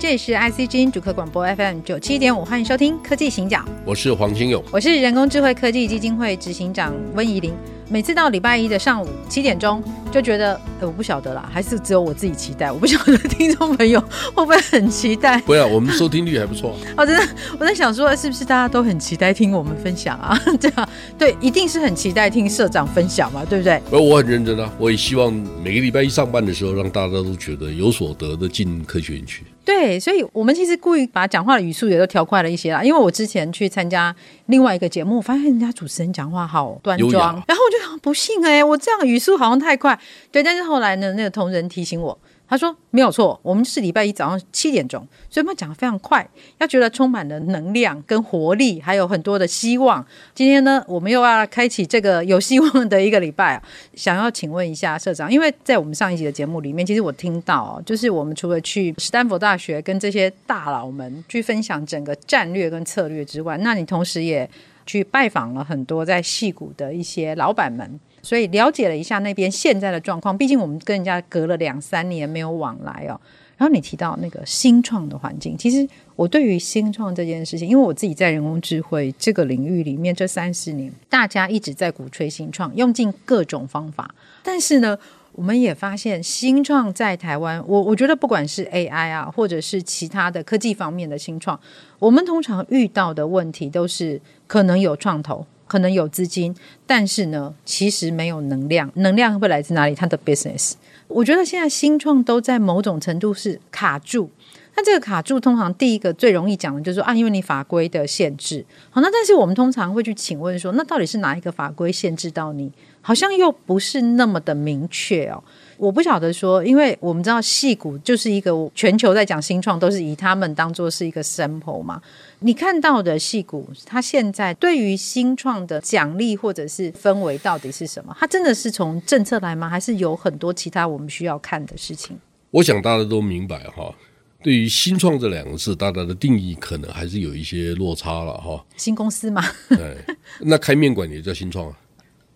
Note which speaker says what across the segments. Speaker 1: 这里是 IC 之音主客广播 FM 九七点五，欢迎收听科技行脚，
Speaker 2: 我是黄兴勇，
Speaker 1: 我是人工智慧科技基金会执行长温怡玲。每次到礼拜一的上午七点钟，就觉得，哎，我不晓得啦，还是只有我自己期待，我不晓得听众朋友 会不会很期待。
Speaker 2: 不要，我们收听率还不错。
Speaker 1: 哦，真的，我在想说，呃是不是大家都很期待听我们分享啊？ 这样对，一定是很期待听社长分享嘛，对不对？
Speaker 2: 而我很认真啊，我也希望每个礼拜一上班的时候，让大家都觉得有所得的进科学园区。
Speaker 1: 对，所以我们其实故意把讲话的语速也都调快了一些啦，因为我之前去参加另外一个节目，发现人家主持人讲话好端
Speaker 2: 优雅
Speaker 1: 庄，然后我就想不信哎、我这样语速好像太快。对，但是后来呢，那个同仁提醒我，他说没有错，我们是礼拜一早上七点钟，所以我们讲的非常快，要觉得充满了能量跟活力，还有很多的希望。今天呢，我们又要开启这个有希望的一个礼拜啊，想要请问一下社长，因为在我们上一集的节目里面，其实我听到哦，就是我们除了去史丹佛大学跟这些大佬们去分享整个战略跟策略之外，那你同时也去拜访了很多在戏谷的一些老板们。所以了解了一下那边现在的状况，毕竟我们跟人家隔了两三年没有往来哦。然后你提到那个新创的环境，其实我对于新创这件事情，因为我自己在人工智慧这个领域里面这三十年，大家一直在鼓吹新创，用尽各种方法，但是呢。我们也发现，新创在台湾，我我觉得不管是 AI 啊，或者是其他的科技方面的新创，我们通常遇到的问题都是可能有创投，可能有资金，但是呢，其实没有能量，能量会来自哪里？它的 business，我觉得现在新创都在某种程度是卡住。那这个卡住，通常第一个最容易讲的就是说啊，因为你法规的限制。好，那但是我们通常会去请问说，那到底是哪一个法规限制到你？好像又不是那么的明确哦。我不晓得说，因为我们知道戏骨就是一个全球在讲新创，都是以他们当做是一个 sample 嘛。你看到的戏骨，它现在对于新创的奖励或者是氛围到底是什么？它真的是从政策来吗？还是有很多其他我们需要看的事情？
Speaker 2: 我想大家都明白哈，对于“新创”这两个字，大家的定义可能还是有一些落差了哈。
Speaker 1: 新公司嘛，
Speaker 2: 哎，那开面馆也叫新创啊。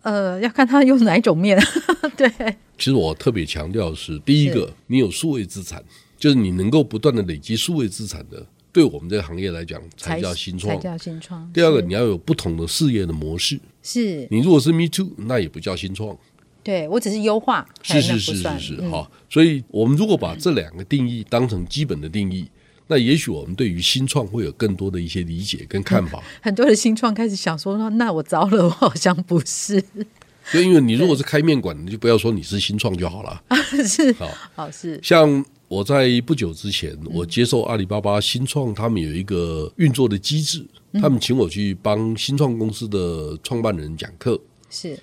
Speaker 1: 呃，要看他用哪一种面。 对，
Speaker 2: 其实我特别强调的是，第一个，你有数位资产，就是你能够不断的累积数位资产的，对我们这个行业来讲才叫新创
Speaker 1: 才。叫新创。
Speaker 2: 第二个，你要有不同的事业的模式。
Speaker 1: 是
Speaker 2: 你如果是 Me Too，那也不叫新创。
Speaker 1: 对我只是优化，
Speaker 2: 是
Speaker 1: 哎那
Speaker 2: 是
Speaker 1: 不
Speaker 2: 是
Speaker 1: 算
Speaker 2: 是是
Speaker 1: 嗯
Speaker 2: 哈、所以我们如果把这两个定义当成基本的定义，那也许我们对于新创会有更多的一些理解跟看 法。
Speaker 1: 很多的新创开始想说，那那我糟了，我好像不是，
Speaker 2: 就因为你如果是开面馆，你就不要说你是新创就好了。
Speaker 1: 是
Speaker 2: 好
Speaker 1: 好是
Speaker 2: 像我在不久之前，
Speaker 1: 嗯
Speaker 2: 我接受阿里巴巴新创他们有一个运作的机制，
Speaker 1: 嗯
Speaker 2: 他们请我去帮新创公司的创办人讲课。
Speaker 1: 是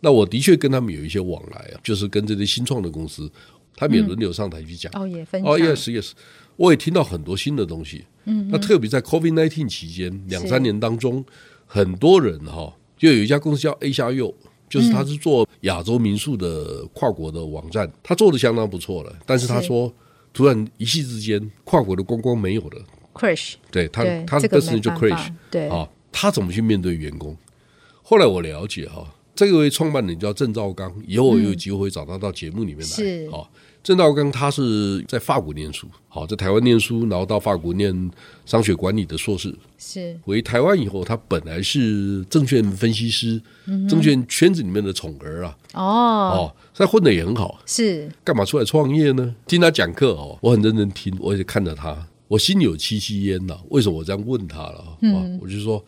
Speaker 2: 那我的确跟他们有一些往来啊，就是跟这些新创的公司，他
Speaker 1: 嗯
Speaker 2: 们也轮流上台去讲。
Speaker 1: 哦，也分享
Speaker 2: 哦、y e s yes，我也听到很多新的东西。嗯，那特别在 COVID nineteen 期间，两三年当中，很多人哈、就有一家公司叫 A 虾佑，就是他是做亚洲民宿的跨国的网站，他做的相当不错了。但是他
Speaker 1: 嗯是
Speaker 2: 说，突然一夕之间，跨国的观光没有了，
Speaker 1: crash，
Speaker 2: 对他
Speaker 1: 对
Speaker 2: 他的
Speaker 1: 这个
Speaker 2: business 就
Speaker 1: 没办
Speaker 2: crash
Speaker 1: 法。对
Speaker 2: 啊，他怎么去面对员工？后来我了解哈、这位创办人叫郑兆刚，以后我有机会找他到节目里面来。
Speaker 1: 嗯是
Speaker 2: 好、郑兆刚他是在法国念书，好、在台湾念书，然后到法国念商学管理的硕士。
Speaker 1: 是
Speaker 2: 回台湾以后，他本来是证券分析师，证券圈子里面的宠儿啊，
Speaker 1: 嗯哦
Speaker 2: 哦，他混的也很好，
Speaker 1: 是
Speaker 2: 干嘛出来创业呢？听他讲课哦，我很认真听，我也看着他，我心有戚戚焉呐、为什么我这样问他了啊？
Speaker 1: 嗯
Speaker 2: 啊我就说，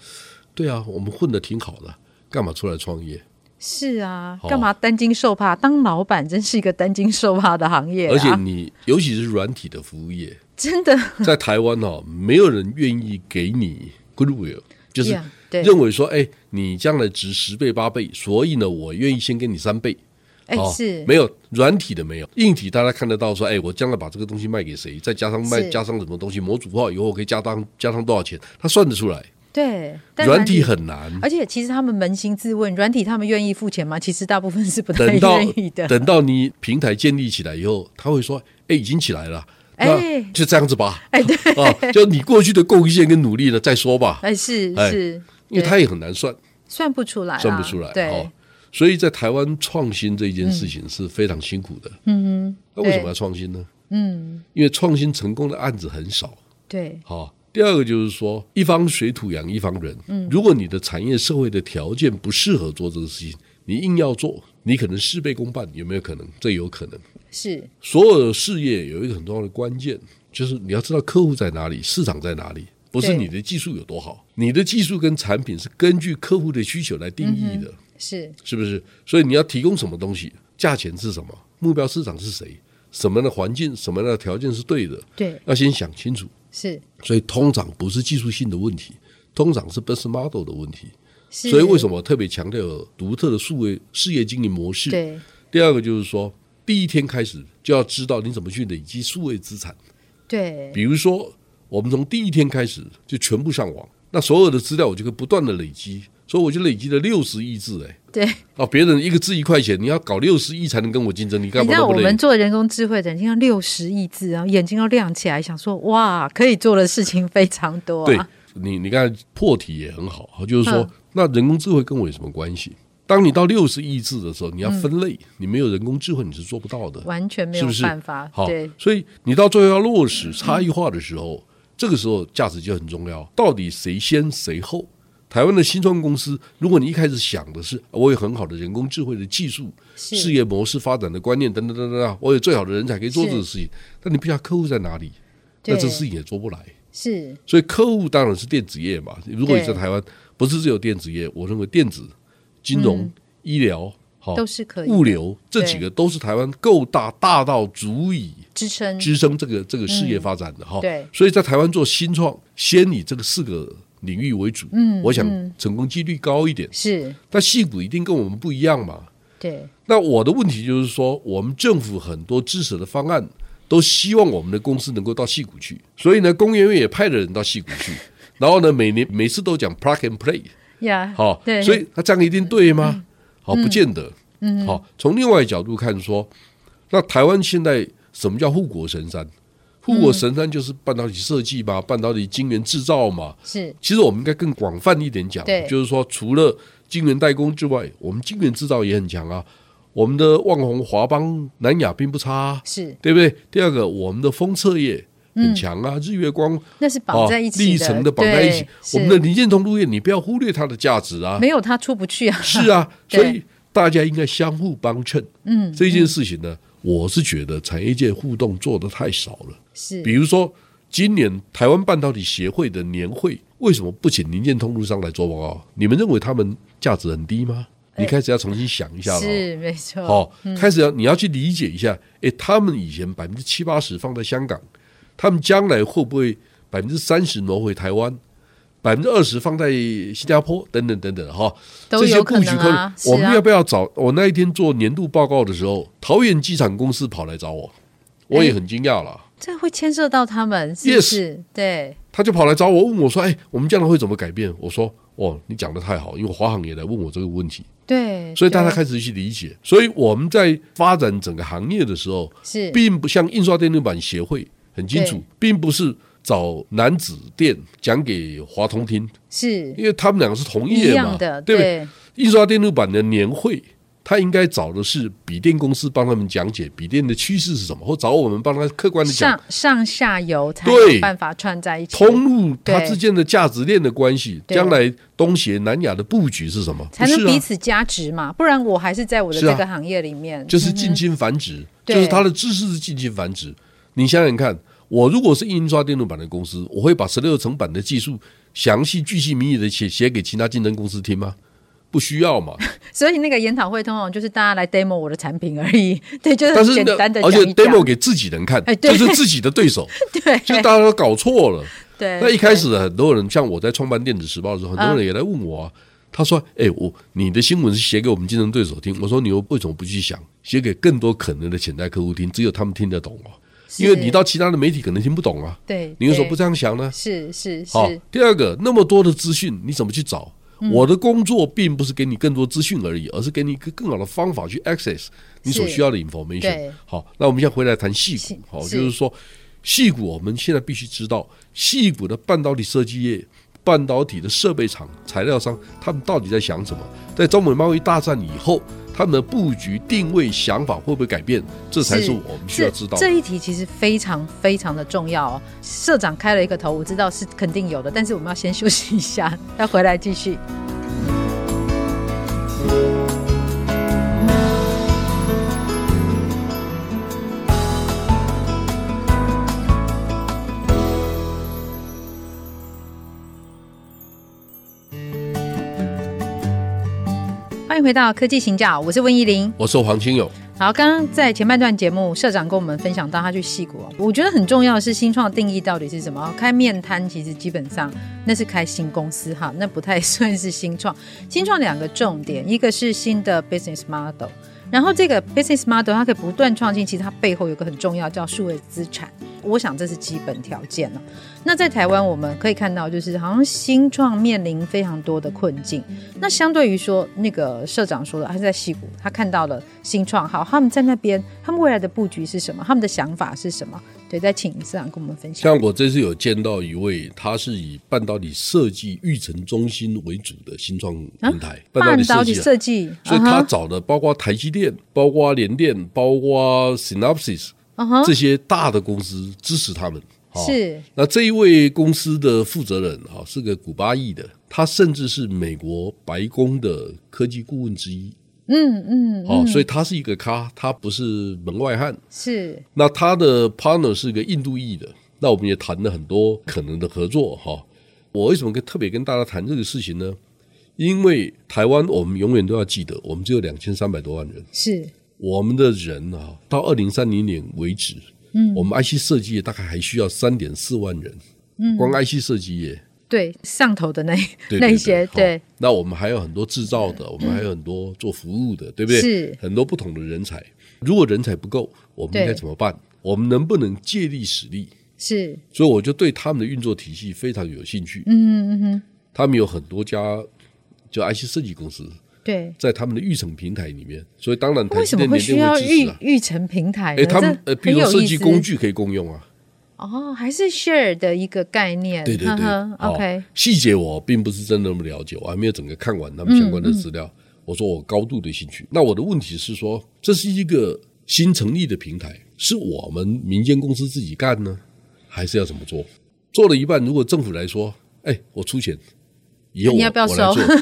Speaker 2: 对啊，我们混的挺好的，干嘛出来创业？
Speaker 1: 是啊，
Speaker 2: 哦
Speaker 1: 干嘛担惊受怕？当老板真是一个担惊受怕的行业啊，
Speaker 2: 而且你尤其是软体的服务业，
Speaker 1: 真的
Speaker 2: 在台湾哦，没有人愿意给你 goodwill，就是
Speaker 1: Yeah，对
Speaker 2: 认为说，哎，你将来值十倍八倍，所以呢，我愿意先给你三倍。
Speaker 1: 哎
Speaker 2: 哦，
Speaker 1: 是
Speaker 2: 没有软体的没有，硬体大家看得到说，哎，我将来把这个东西卖给谁，再加上卖
Speaker 1: 是
Speaker 2: 加上什么东西，模组化以后我可以加当加上多少钱，他算得出来。
Speaker 1: 对，但
Speaker 2: 软体很难，
Speaker 1: 而且其实他们扪心自问，软体他们愿意付钱吗？其实大部分是不太
Speaker 2: 等到
Speaker 1: 愿意的。
Speaker 2: 等到你平台建立起来以后，他会说，哎，已经起来了，
Speaker 1: 哎
Speaker 2: 那就这样子吧。
Speaker 1: 哎， 对，
Speaker 2: 啊，就你过去的贡献跟努力呢，再说吧，
Speaker 1: 哎是
Speaker 2: 哎
Speaker 1: 是，
Speaker 2: 因
Speaker 1: 对
Speaker 2: 为他也很难 算，
Speaker 1: 算不出来啦，
Speaker 2: 算不出来
Speaker 1: 啊对
Speaker 2: 哦，。所以在台湾创新这件事情是非常辛苦的。嗯那为什么要创新呢？嗯，因为创新成功的案子很少。
Speaker 1: 对，
Speaker 2: 好、第二个就是说，一方水土养一方人。嗯，如果你的产业社会的条件不适合做这个事情，你硬要做，你可能事倍功半，有没有可能？这有可能。
Speaker 1: 是
Speaker 2: 所有的事业有一个很重要的关键，就是你要知道客户在哪里，市场在哪里，不是
Speaker 1: 对
Speaker 2: 你的技术有多好，你的技术跟产品是根据客户的需求来定义的，
Speaker 1: 是，
Speaker 2: 是不是？所以你要提供什么东西，价钱是什么，目标市场是谁，什么样的环境，什么样的条件是对的，
Speaker 1: 对
Speaker 2: 要先想清楚。
Speaker 1: 是
Speaker 2: 所以通常不是技术性的问题，通常是 business model 的问题。
Speaker 1: 是。
Speaker 2: 所以为什
Speaker 1: 么？
Speaker 2: 么我特别强调有独特的数位事业经营模式？
Speaker 1: 对
Speaker 2: 第二个就是说，第一天开始就要知道你怎么去累积数位资产。
Speaker 1: 对
Speaker 2: 比如说，我们从第一天开始就全部上网，那所有的资料我就可以不断的累积，所以我就累积了六十亿字哎。
Speaker 1: 对，
Speaker 2: 啊，别人一个字一块钱，你要搞六十亿才能跟我竞争，你干
Speaker 1: 你知
Speaker 2: 嘛
Speaker 1: 道
Speaker 2: 都不
Speaker 1: 我
Speaker 2: 累
Speaker 1: 们？做人工智慧的人，听到六十亿字，然后眼睛都亮起来，想说哇，可以做的事情非常多、
Speaker 2: 对
Speaker 1: 啊。
Speaker 2: 你，你刚才破题也很好，就是说
Speaker 1: 嗯，
Speaker 2: 那人工智慧跟我有什么关系？当你到六十亿字的时候，你要分类，你没有人工智慧你是做不到的。
Speaker 1: 嗯完全没
Speaker 2: 是
Speaker 1: 有
Speaker 2: 不是
Speaker 1: 办法。
Speaker 2: 好
Speaker 1: 对，，
Speaker 2: 所以你到最后要落实差异化的时候，这个时候价值就很重要。到底谁先谁后？台湾的新创公司，如果你一开始想的是啊我有很好的人工智慧的技术、
Speaker 1: 是
Speaker 2: 事业模式发展的观念等等等等啊，我有最好的人才可以做这个事情，但你不知道客户在哪里，那
Speaker 1: 对
Speaker 2: 这事情也做不来。
Speaker 1: 是
Speaker 2: 所以客户当然是电子业嘛。如果你在
Speaker 1: 对
Speaker 2: 台湾，不是只有电子业，我认为电子、金融、医疗、好
Speaker 1: 嗯都是可以的
Speaker 2: 哦物流这几个都是台湾够大，大到足以
Speaker 1: 支撑，
Speaker 2: 支撑这哦个这个事业发展的
Speaker 1: 嗯
Speaker 2: 哈。
Speaker 1: 对
Speaker 2: 所以在台湾做新创，先以这个四个领域为主，嗯，我想成功几率高一点。
Speaker 1: 是
Speaker 2: 但戏骨一定跟我们不一样嘛。
Speaker 1: 对
Speaker 2: 那我的问题就是说，我们政府很多支持的方案，都希望我们的公司能够到戏谷去，所以呢，工研院也派了人到戏谷去，然后呢，每年每次都讲 plug and play，
Speaker 1: 呀，
Speaker 2: 好、
Speaker 1: 对，
Speaker 2: 所以那这样一定对吗？好、不见得。嗯，好、从另外角度看说，那台湾现在什么叫护国神山？护国神山就是半导体设计嘛，半导体晶圆制造嘛，
Speaker 1: 是
Speaker 2: 其实我们应该更广泛一点讲
Speaker 1: 对，
Speaker 2: 就是说，除了晶圆代工之外，我们晶圆制造也很强啊。我们的旺宏、华邦、南亚并不差、啊，
Speaker 1: 是，
Speaker 2: 对不对？第二个，我们的封测业很强啊，日月光
Speaker 1: 那是
Speaker 2: 啊
Speaker 1: 嗯绑在一，起的，
Speaker 2: 历程的绑在一起
Speaker 1: 对。
Speaker 2: 我们
Speaker 1: 是
Speaker 2: 的零件通路业，你不要忽略它的价值啊。
Speaker 1: 没有他出不去啊，
Speaker 2: 是啊，
Speaker 1: 对
Speaker 2: 所以大家应该相互帮衬。嗯，这件事情呢，我是觉得产业界互动做的太少了。
Speaker 1: 是
Speaker 2: 比如说，今年台湾半导体协会的年会，为什么不请零件通路商来做报告？你们认为他们价值很低吗？你开始要重新想一下了哦。
Speaker 1: 哎是嗯没错，
Speaker 2: 好、开始要你要去理解一下，诶，他们以前百分之七八十放在香港，他们将来会不会百分之三十挪回台湾，百分之二十放在新加坡等等等等哈、
Speaker 1: 都
Speaker 2: 这些
Speaker 1: 有
Speaker 2: 布
Speaker 1: 可
Speaker 2: 局
Speaker 1: 能啊，是
Speaker 2: 我们
Speaker 1: 啊
Speaker 2: 要不要找？我那一天做年度报告的时候，桃园机场公司跑来找我，我也很惊讶了。
Speaker 1: 这会牵涉到他们，是不
Speaker 2: Yes
Speaker 1: 是？对，
Speaker 2: 他就跑来找我，问我说：“哎，我们将来会怎么改变？”我说：“哦，你讲的太好，因为华航也来问我这个问题，
Speaker 1: 对，
Speaker 2: 所以大家
Speaker 1: 对
Speaker 2: 开始去理解。所以我们在发展整个行业的时候，
Speaker 1: 是
Speaker 2: 并不像印刷电路板协会很清楚
Speaker 1: 对，
Speaker 2: 并不是找男子店讲给华通听，
Speaker 1: 是
Speaker 2: 因为他们两个是同
Speaker 1: 一
Speaker 2: 业
Speaker 1: 样
Speaker 2: 嘛，
Speaker 1: 的，
Speaker 2: 对不对？印刷电路板的年会，他应该找的是笔电公司帮他们讲解笔电的趋势是什么，或找我们帮他客观的讲
Speaker 1: 上上下游才
Speaker 2: 对
Speaker 1: 有办法串在一起，
Speaker 2: 通路它
Speaker 1: 对
Speaker 2: 之间的价值链的关系，
Speaker 1: 对
Speaker 2: 将来东协、南亚的布局是什么？
Speaker 1: 才能
Speaker 2: 不是啊
Speaker 1: 彼此加值嘛，不然我还是在我的
Speaker 2: 是啊
Speaker 1: 这个行业里面，
Speaker 2: 就是近亲繁殖，
Speaker 1: 对
Speaker 2: 就是它的知识是近亲繁殖。你想想看，我如果是印刷电路板的公司，我会把十六层板的技术详细、巨细靡遗的写写给其他竞争公司听吗？不需 要嘛。
Speaker 1: 所以那个研讨会通常就是大家来 demo 我的产品而已， 对，就是
Speaker 2: 但
Speaker 1: 很
Speaker 2: 是
Speaker 1: 简
Speaker 2: 呢
Speaker 1: 单的，
Speaker 2: 而且
Speaker 1: 讲一讲
Speaker 2: demo 给自己人看
Speaker 1: 哎，对
Speaker 2: 就是自己的对手，
Speaker 1: 对
Speaker 2: 就大家都搞错了。
Speaker 1: 对，
Speaker 2: 那一开始很多人像我在创办电子时报的时候，很多人也来问我啊，他说：“哎、我你的新闻是写给我们竞争对手听。”我说：“你又为什么不去想写给更多可能的潜在客户听？只有他们听得懂哦，因为你到其他的媒体可能听不懂啊。
Speaker 1: 对，
Speaker 2: 你为什么
Speaker 1: 对
Speaker 2: 不这样想呢？
Speaker 1: 是是嗯是，
Speaker 2: 好，第二个，那么多的资讯，你怎么去找？我的工作并不是给你更多资讯而已，而是给你一个更好的方法去 access 你所需要的
Speaker 1: 对
Speaker 2: information。好，那我们现在回来谈细
Speaker 1: 是
Speaker 2: 股，好，
Speaker 1: 是
Speaker 2: 就是说细股，我们现在必须知道细股的半导体设计业、半导体的设备厂、材料商，他们到底在想什么？在中美贸易大战以后，他们的布局、定位、想法会不会改变？这才是我们需要知道的。
Speaker 1: 这一题其实非常非常的重要哦。社长开了一个头，我知道是肯定有的，但是我们要先休息一下， 要回来继续。欢迎回到科技行教，我是温怡玲。
Speaker 2: 我是黄清友，
Speaker 1: 好，刚刚在前半段节目，社长跟我们分享到他去戏谷哦，我觉得很重要的是新创的定义到底是什么？开面摊其实基本上那是开新公司哈，那不太算是新创。新创两个重点，一个是新的 business model，然后这个 business model 它可以不断创新，其实它背后有个很重要叫数位资产，我想这是基本条件了、那在台湾我们可以看到，就是好像新创面临非常多的困境。那相对于说那个社长说的，他是在戏谷，他看到了新创，好，他们在那边，他们未来的布局是什么？他们的想法是什么？对，再请社长跟我们分享。
Speaker 2: 像我这次有见到一位，他是以半导体设计育成中心为主的新创平台，
Speaker 1: 半导
Speaker 2: 设
Speaker 1: 体
Speaker 2: 计啊。
Speaker 1: 设计，
Speaker 2: 所以他
Speaker 1: 嗯哼
Speaker 2: 找的包括台积电、包括联电、包括 Synopsys、
Speaker 1: 嗯哼
Speaker 2: 这些大的公司支持他们。哦
Speaker 1: 是
Speaker 2: 那这一位公司的负责人哈、哦是个古巴裔的，他甚至是美国白宫的科技顾问之一。嗯嗯，哦，所以他是一个咖，他不是门外汉。
Speaker 1: 是
Speaker 2: 那他的 partner 是个印度裔的，那我们也谈了很多可能的合作哈。我为什么跟特别跟大家谈这个事情呢？因为台湾我们永远都要记得，我们只有两千三百多万人，
Speaker 1: 是
Speaker 2: 我们的人啊，到二零三零年为止，嗯，我们 IC 设计业大概还需要三点四万人，嗯，光 IC 设计业，
Speaker 1: 对上头的那
Speaker 2: 对
Speaker 1: 那一些，
Speaker 2: 好
Speaker 1: 对嗯
Speaker 2: 那我们还有很多制造的，我们还有很多做服务的，对不对？
Speaker 1: 是
Speaker 2: 很多不同的人才。如果人才不够，我们
Speaker 1: 对
Speaker 2: 应该怎么办？我们能不能借力使力？
Speaker 1: 是
Speaker 2: 所以我就对他们的运作体系非常有兴趣。嗯嗯嗯，他们有很多家就 IC 设计公司
Speaker 1: 对。
Speaker 2: 在他们的育成平台里面，所以当然台
Speaker 1: 为
Speaker 2: 积
Speaker 1: 什么
Speaker 2: 电、
Speaker 1: 会
Speaker 2: 联
Speaker 1: 需要
Speaker 2: 电支
Speaker 1: 育
Speaker 2: 持啊。
Speaker 1: 育成平台呢？
Speaker 2: 诶他们
Speaker 1: 这
Speaker 2: 呃，比
Speaker 1: 很
Speaker 2: 如
Speaker 1: 有
Speaker 2: 说设
Speaker 1: 意
Speaker 2: 计
Speaker 1: 思
Speaker 2: 工具可以共用啊，
Speaker 1: 哦，还是 share 的一个概念。
Speaker 2: 对对哦
Speaker 1: 呵
Speaker 2: 对
Speaker 1: 呵。
Speaker 2: 好
Speaker 1: OK，
Speaker 2: 细节我并不是真的那么了解，我还没有整个看完他们相关
Speaker 1: 嗯
Speaker 2: 的资料。我说我高度的兴趣。那我的问题是说，这是一个新成立的平台，是我们民间公司自己干呢，还是要怎么做？做了一半，如果政府来说，哎，我出钱，以后我
Speaker 1: 你要不要
Speaker 2: 我来
Speaker 1: 收
Speaker 2: 做，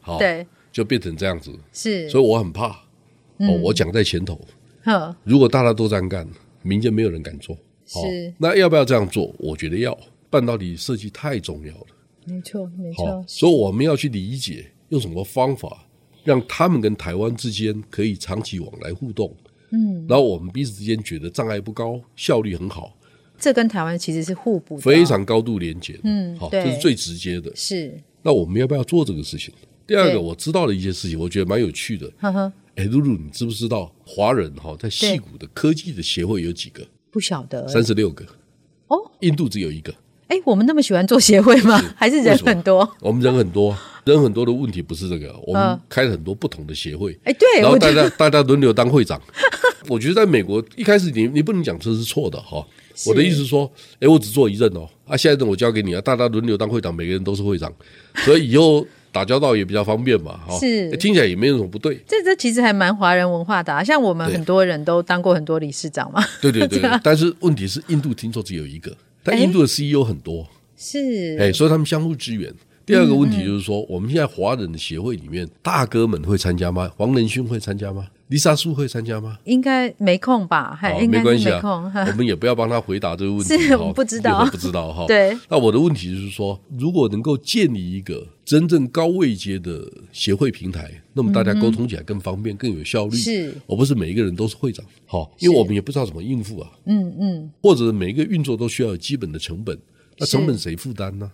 Speaker 2: 好，
Speaker 1: 对，
Speaker 2: 就变成这样子。
Speaker 1: 是。
Speaker 2: 哦所以我很怕，
Speaker 1: 嗯
Speaker 2: 哦，我哦讲在前头，
Speaker 1: 呵，
Speaker 2: 如果大家都这样干，民间没有人敢做。好
Speaker 1: 是
Speaker 2: 那要不要这样做？我觉得要。半导体设计太重要了。
Speaker 1: 没错，没
Speaker 2: 好
Speaker 1: 错，，
Speaker 2: 所以我们要去理解用什么方法让他们跟台湾之间可以长期往来互动。嗯，然后我们彼此之间觉得障碍不高，效率很好，
Speaker 1: 这跟台湾其实是互补的哦，
Speaker 2: 非常高度连结。
Speaker 1: 嗯
Speaker 2: 好，
Speaker 1: 对
Speaker 2: 这是最直接的。
Speaker 1: 是，
Speaker 2: 那我们要不要做这个事情？第二
Speaker 1: 对
Speaker 2: 个，我知道了一些事情，我觉得蛮有趣的。
Speaker 1: 呵呵，
Speaker 2: 哎，露露，你知不知道华人哈在戏谷的科技的协会有几个？
Speaker 1: 不晓得
Speaker 2: 三十六个。
Speaker 1: 哦，
Speaker 2: 印度只有一个。
Speaker 1: 哎，我们那么喜欢做协会吗？还是人
Speaker 2: 为什么
Speaker 1: 很多？
Speaker 2: 我们人很多，人很多的问题不是这个，我们
Speaker 1: 嗯
Speaker 2: 开了很多不同的协会，
Speaker 1: 哎，对，
Speaker 2: 然后
Speaker 1: 我
Speaker 2: 大
Speaker 1: 觉得
Speaker 2: 家大家轮流当会长。 我觉得在美国一开始你你不能讲这是错的哈、
Speaker 1: 是
Speaker 2: 我的意思是说，哎，我只做一任哦，啊，下一任我交给你啊，大家轮流当会长，每个人都是会长，所以以后打交道也比较方便嘛，哈、
Speaker 1: 是
Speaker 2: 哎听起来也没有什么不对，
Speaker 1: 这这其实还蛮华人文化的啊，像我们
Speaker 2: 对
Speaker 1: 很多人都当过很多理事长嘛，
Speaker 2: 对对 对
Speaker 1: 这样。
Speaker 2: 但是问题是，印度听说只有一个，但
Speaker 1: 啊哎
Speaker 2: 印度的 CEO 很多，哎，
Speaker 1: 是，嗯
Speaker 2: 所以他们相互支援。第二个问题就是说，我们现在华人的协会里面，大哥们会参加吗？黄仁勋会参加吗？丽莎苏会参加吗？
Speaker 1: 应该没空吧？还
Speaker 2: 好，
Speaker 1: 哎应该
Speaker 2: 没
Speaker 1: 是
Speaker 2: 关系
Speaker 1: 没
Speaker 2: 啊，
Speaker 1: 空，
Speaker 2: 我们也不要帮他回答这个问题。
Speaker 1: 是
Speaker 2: 哈
Speaker 1: 我不知道
Speaker 2: 因为他不知道哈。
Speaker 1: 对
Speaker 2: 那我的问题就是说，如果能够建立一个真正高位阶的协会平台，那么大家沟通起来更方便、更有效
Speaker 1: 嗯
Speaker 2: 率。
Speaker 1: 是，
Speaker 2: 而不是每一个人都是会长。好，因为我们也不知道怎么应付啊。
Speaker 1: 嗯嗯，
Speaker 2: 或者每一个运作都需要有基本的成本，那成本谁负担呢？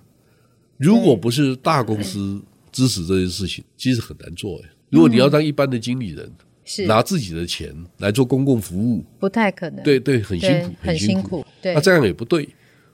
Speaker 2: 如果不是大公司支持这件
Speaker 1: 嗯
Speaker 2: 事情，其实很难做哎。如果你要当一般的经理人，
Speaker 1: 是
Speaker 2: 拿自己的钱来做公共服务，
Speaker 1: 不太可能。
Speaker 2: 对对，很辛
Speaker 1: 对
Speaker 2: 苦，
Speaker 1: 很
Speaker 2: 辛
Speaker 1: 辛苦对
Speaker 2: 那这样也不对，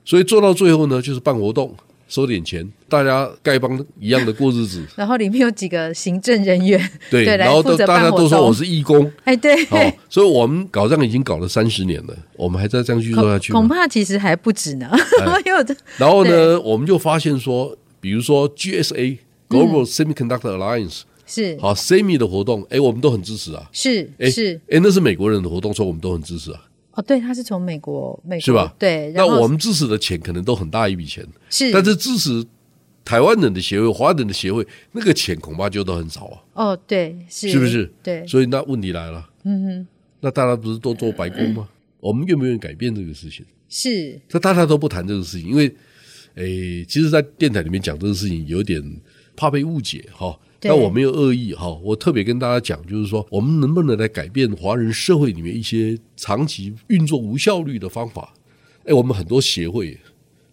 Speaker 2: 所以做到最后呢，就是办活动，收点钱，大家丐帮一样的过
Speaker 1: ，
Speaker 2: 日子
Speaker 1: 然后里面有几个行政人员，
Speaker 2: 对，
Speaker 1: 来
Speaker 2: 然后
Speaker 1: 负
Speaker 2: 都
Speaker 1: 责
Speaker 2: 大
Speaker 1: 办
Speaker 2: 家
Speaker 1: 活
Speaker 2: 都说
Speaker 1: 动
Speaker 2: 我是义工。
Speaker 1: 哎，对，
Speaker 2: 哦，所以我们搞这样已经搞了三十年了，我们还在这样去做下去吗哎
Speaker 1: 恐怕其实还不止呢， 因为我这
Speaker 2: 然后呢，我们就发现说，比如说
Speaker 1: 嗯
Speaker 2: GSA Global Semiconductor Alliance，
Speaker 1: 是
Speaker 2: 好 Semi 的活动，哎，我们都很支持啊。
Speaker 1: 是
Speaker 2: 哎
Speaker 1: 是
Speaker 2: 哎，那是美国人的活动，所以我们都很支持啊，
Speaker 1: 哦，对，他是从美国美国
Speaker 2: 是吧？
Speaker 1: 对，
Speaker 2: 那
Speaker 1: 然后
Speaker 2: 我们支持的钱可能都很大一笔钱，
Speaker 1: 是，
Speaker 2: 但是支持台湾人的协会、华人的协会，那个钱恐怕就都很少啊，
Speaker 1: 哦，对，是
Speaker 2: 是不是？
Speaker 1: 对，
Speaker 2: 所以那问题来了，嗯哼，那大家不是都做白宫
Speaker 1: 嗯
Speaker 2: 吗？我们愿不愿意改变这个事情？
Speaker 1: 是
Speaker 2: 这大家都不谈这个事情，因为，诶，其实，在电台里面讲这个事情，有点怕被误解哈。
Speaker 1: 对
Speaker 2: 但我没有恶意哈，我特别跟大家讲，就是说，我们能不能来改变华人社会里面一些长期运作无效率的方法？诶，我们很多协会，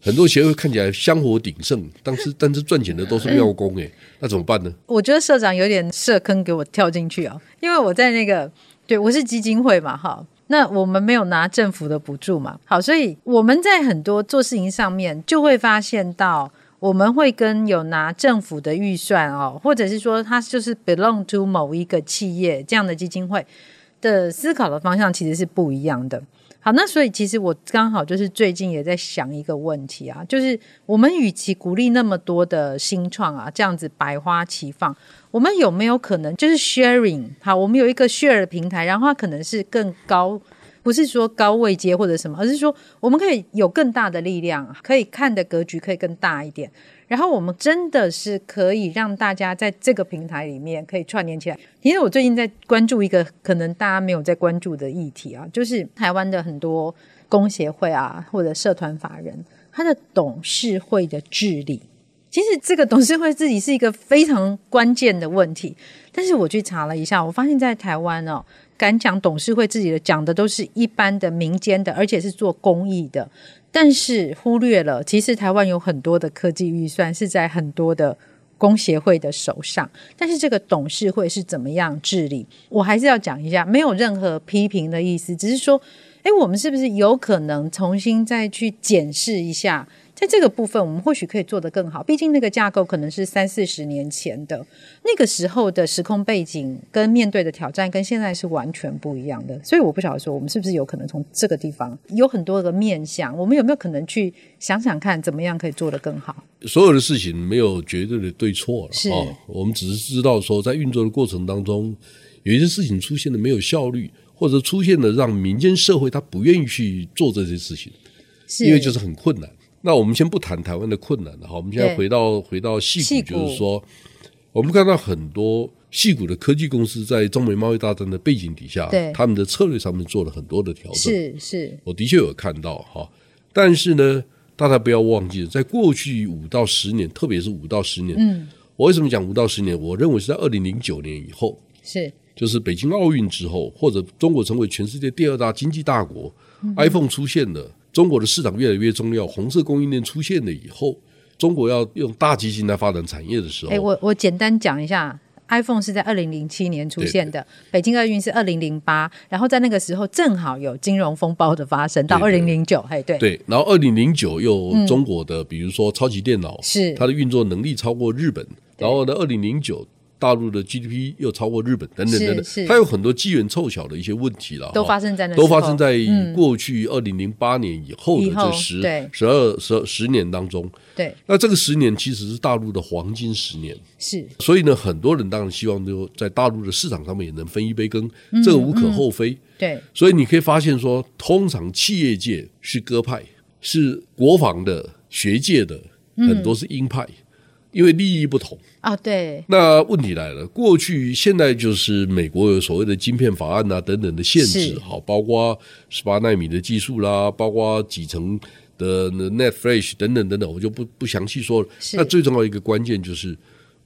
Speaker 2: 很多协会看起来香火鼎盛，但是但是赚钱的都是庙工诶，那怎么办呢？
Speaker 1: 我觉得社长有点设坑给我跳进去哦，因为我在那个对我是基金会嘛，哈，那我们没有拿政府的补助嘛，好，所以我们在很多做事情上面就会发现到。我们会跟有拿政府的预算哦，或者是说它就是 belong to 某一个企业这样的基金会的思考的方向其实是不一样的。好，那所以其实我刚好就是最近也在想一个问题啊，就是我们与其鼓励那么多的新创啊，这样子百花齐放，我们有没有可能就是 sharing？好，我们有一个 share 的平台，然后它可能是更高，不是说高位阶或者什么，而是说我们可以有更大的力量，啊可以看的格局可以更大一点。然后我们真的是可以让大家在这个平台里面可以串联起来。其实我最近在关注一个可能大家没有在关注的议题啊，就是台湾的很多工协会啊或者社团法人，它的董事会的治理。其实这个董事会自己是一个非常关键的问题，但是我去查了一下，我发现在台湾哦，敢讲董事会自己的讲的都是一般的民间的，而且是做公益的，但是忽略了其实台湾有很多的科技预算是在很多的工协会的手上，但是这个董事会是怎么样治理，我还是要讲一下，没有任何批评的意思，只是说，哎，我们是不是有可能重新再去检视一下？在这个部分，我们或许可以做得更好。毕竟那个架构可能是三四十年前的，那个时候的时空背景跟面对的挑战跟现在是完全不一样的，所以我不晓得说我们是不是有可能从这个地方有很多个面向，我们有没有可能去想想看怎么样可以做得更好？
Speaker 2: 所有的事情没有绝对的对错了
Speaker 1: 是
Speaker 2: 哦，我们只是知道说，在运作的过程当中，有一些事情出现的没有效率，或者出现了让民间社会他不愿意去做这些事情，
Speaker 1: 是
Speaker 2: 因为就是很困难。那我们先不谈台湾的困难了哈，我们现在
Speaker 1: 对
Speaker 2: 回到回到戏
Speaker 1: 矽
Speaker 2: 骨，
Speaker 1: 谷
Speaker 2: 就是说，我们看到很多戏骨的科技公司在中美贸易大战的背景底下
Speaker 1: 对，
Speaker 2: 他们的策略上面做了很多的调整。
Speaker 1: 是是
Speaker 2: 我的确有看到哈，但是呢，大家不要忘记，在过去五到十年，特别是五到十年，嗯，我为什么讲五到十年？我认为是在二零零九年以后，
Speaker 1: 是
Speaker 2: 就是北京奥运之后，或者中国成为全世界第二大经济大国、i
Speaker 1: 嗯
Speaker 2: p h o n e 出现了，中国的市场越来越重要，红色供应链出现了以后，中国要用大基金来发展产业的时候，
Speaker 1: 哎、我我简单讲一下。iPhone 是在二零零七年出现的，北京奥运是二零零八，然后在那个时候正好有金融风暴的发生，到二
Speaker 2: 对对
Speaker 1: 零零九，嘿，对，嗯
Speaker 2: 对，然后二零零九又中国的，比如说超级电脑，
Speaker 1: 是
Speaker 2: 它的运作能力超过日本，然后呢，二零零九大陆的 GDP 又超过日本，等等
Speaker 1: 是
Speaker 2: 等等
Speaker 1: 是，
Speaker 2: 它有很多机缘凑巧的一些问题了，
Speaker 1: 都
Speaker 2: 哈
Speaker 1: 发生在那时
Speaker 2: 哦
Speaker 1: 候，
Speaker 2: 都
Speaker 1: 嗯
Speaker 2: 发生在过去二零零八年以后的
Speaker 1: 以后
Speaker 2: 这十
Speaker 1: 对、
Speaker 2: 十二、十十年当中，
Speaker 1: 对，
Speaker 2: 那这个十年其实是大陆的黄金十年，
Speaker 1: 是
Speaker 2: 所以呢，很多人当然希望就在大陆的市场上面也能分一杯羹，
Speaker 1: 嗯
Speaker 2: 这个无可厚非。
Speaker 1: 对，
Speaker 2: 所以你可以发现说，通常企业界是鸽派，是国防的、学界的，很多是鹰派，因为利益不同。
Speaker 1: 哦，对，
Speaker 2: 那问题来了，过去现在就是美国有所谓的晶片法案啊等等的限制
Speaker 1: 是，
Speaker 2: 好，包括十八纳米的技术啦，包括几层的那 Net Flash 等等等等，我就不不详细说了。
Speaker 1: 是
Speaker 2: 那最重要一个关键就是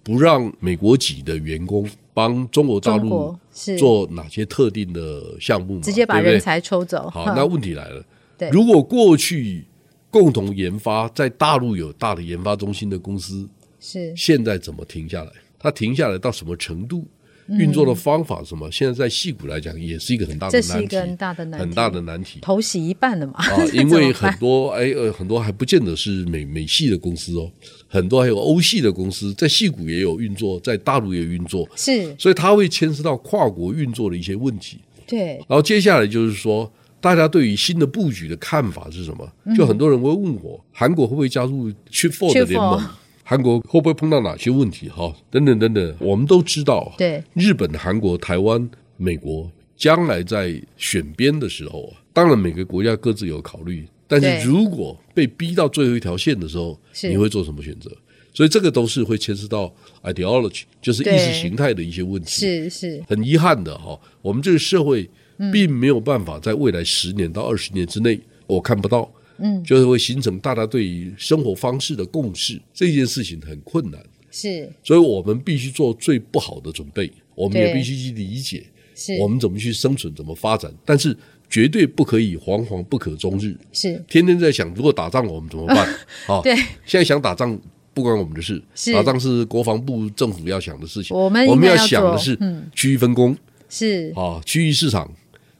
Speaker 2: 不让美国籍的员工帮中国大
Speaker 1: 中
Speaker 2: 陆
Speaker 1: 国是
Speaker 2: 做哪些特定的项目嘛，
Speaker 1: 直接把
Speaker 2: 啊对不对
Speaker 1: 人才抽走。
Speaker 2: 好，
Speaker 1: 哼
Speaker 2: 那问题来了
Speaker 1: 对，
Speaker 2: 如果过去共同研发在大陆有大的研发中心的公司，
Speaker 1: 是
Speaker 2: 现在怎么停下来？它停下来到什么程度？
Speaker 1: 嗯
Speaker 2: 运作的方法是什么？现在在戏骨来讲，也是一个很大的
Speaker 1: 这
Speaker 2: 难题，
Speaker 1: 是一个很大的难题
Speaker 2: 很大的难题。
Speaker 1: 头洗一半了嘛？
Speaker 2: 啊
Speaker 1: 这，怎
Speaker 2: 因
Speaker 1: 么
Speaker 2: 为很
Speaker 1: 办
Speaker 2: 多哎呃，很多还不见得是美美系的公司哦，很多还有欧系的公司，在戏股也有运作，在大陆也有运作，
Speaker 1: 是
Speaker 2: 所以它会牵涉到跨国运作的一些问题。
Speaker 1: 对
Speaker 2: 然后接下来就是说，大家对于新的布局的看法是什么？
Speaker 1: 嗯
Speaker 2: 就很多人会问我，韩国会不会加入 c h i p Four 的联盟
Speaker 1: Chip？
Speaker 2: 韩国会不会碰到哪些问题？哈，等等等等，我们都知道，
Speaker 1: 对，
Speaker 2: 日本、韩国、台湾、美国将来在选边的时候啊，当然每个国家各自有考虑，但
Speaker 1: 对
Speaker 2: 是如果被逼到最后一条线的时候，
Speaker 1: 是
Speaker 2: 你会做什么选择？所以这个都是会牵涉到 ideology，就是
Speaker 1: 对
Speaker 2: 意识形态的一些问题。
Speaker 1: 是是
Speaker 2: 很遗憾的哈、我们这个社会
Speaker 1: 嗯
Speaker 2: 并没有办法在未来十年到二十年之内，我看不到，嗯，就是会形成大家对于生活方式的共识，这件事情很困难，
Speaker 1: 是
Speaker 2: 所以我们必须做最不好的准备，我们也
Speaker 1: 对
Speaker 2: 必须去理解
Speaker 1: 是
Speaker 2: 我们怎么去生存，怎么发展，但是绝对不可以惶惶不可终日，
Speaker 1: 是
Speaker 2: 天天在想如果打仗我们怎么 办？啊，
Speaker 1: 对，
Speaker 2: 现在想打仗不关我们的事
Speaker 1: 是，
Speaker 2: 打仗是国防部政府要想的事情，
Speaker 1: 我们应该
Speaker 2: 我们要
Speaker 1: 要
Speaker 2: 想
Speaker 1: 做
Speaker 2: 的是
Speaker 1: 嗯
Speaker 2: 区域分工。
Speaker 1: 是
Speaker 2: 啊，区域市场、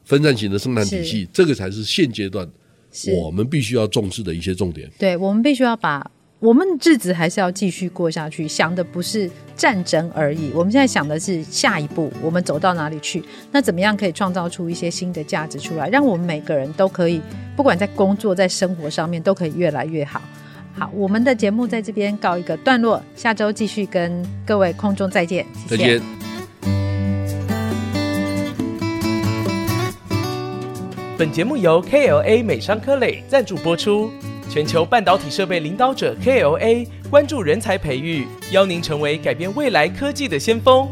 Speaker 2: 分散型的生产体系，这个才是现阶段
Speaker 1: 是，
Speaker 2: 我们必须要重视的一些重点。
Speaker 1: 对我们必须要把我们日子还是要继续过下去，想的不是战争而已，我们现在想的是下一步我们走到哪里去，那怎么样可以创造出一些新的价值出来，让我们每个人都可以，不管在工作在生活上面都可以越来越好。好，我们的节目在这边告一个段落，下周继续跟各位空中再见，谢谢
Speaker 2: 再见。
Speaker 3: 本节目由 KLA 美商科磊赞助播出。全球半导体设备领导者 KLA 关注人才培育，邀您成为改变未来科技的先锋。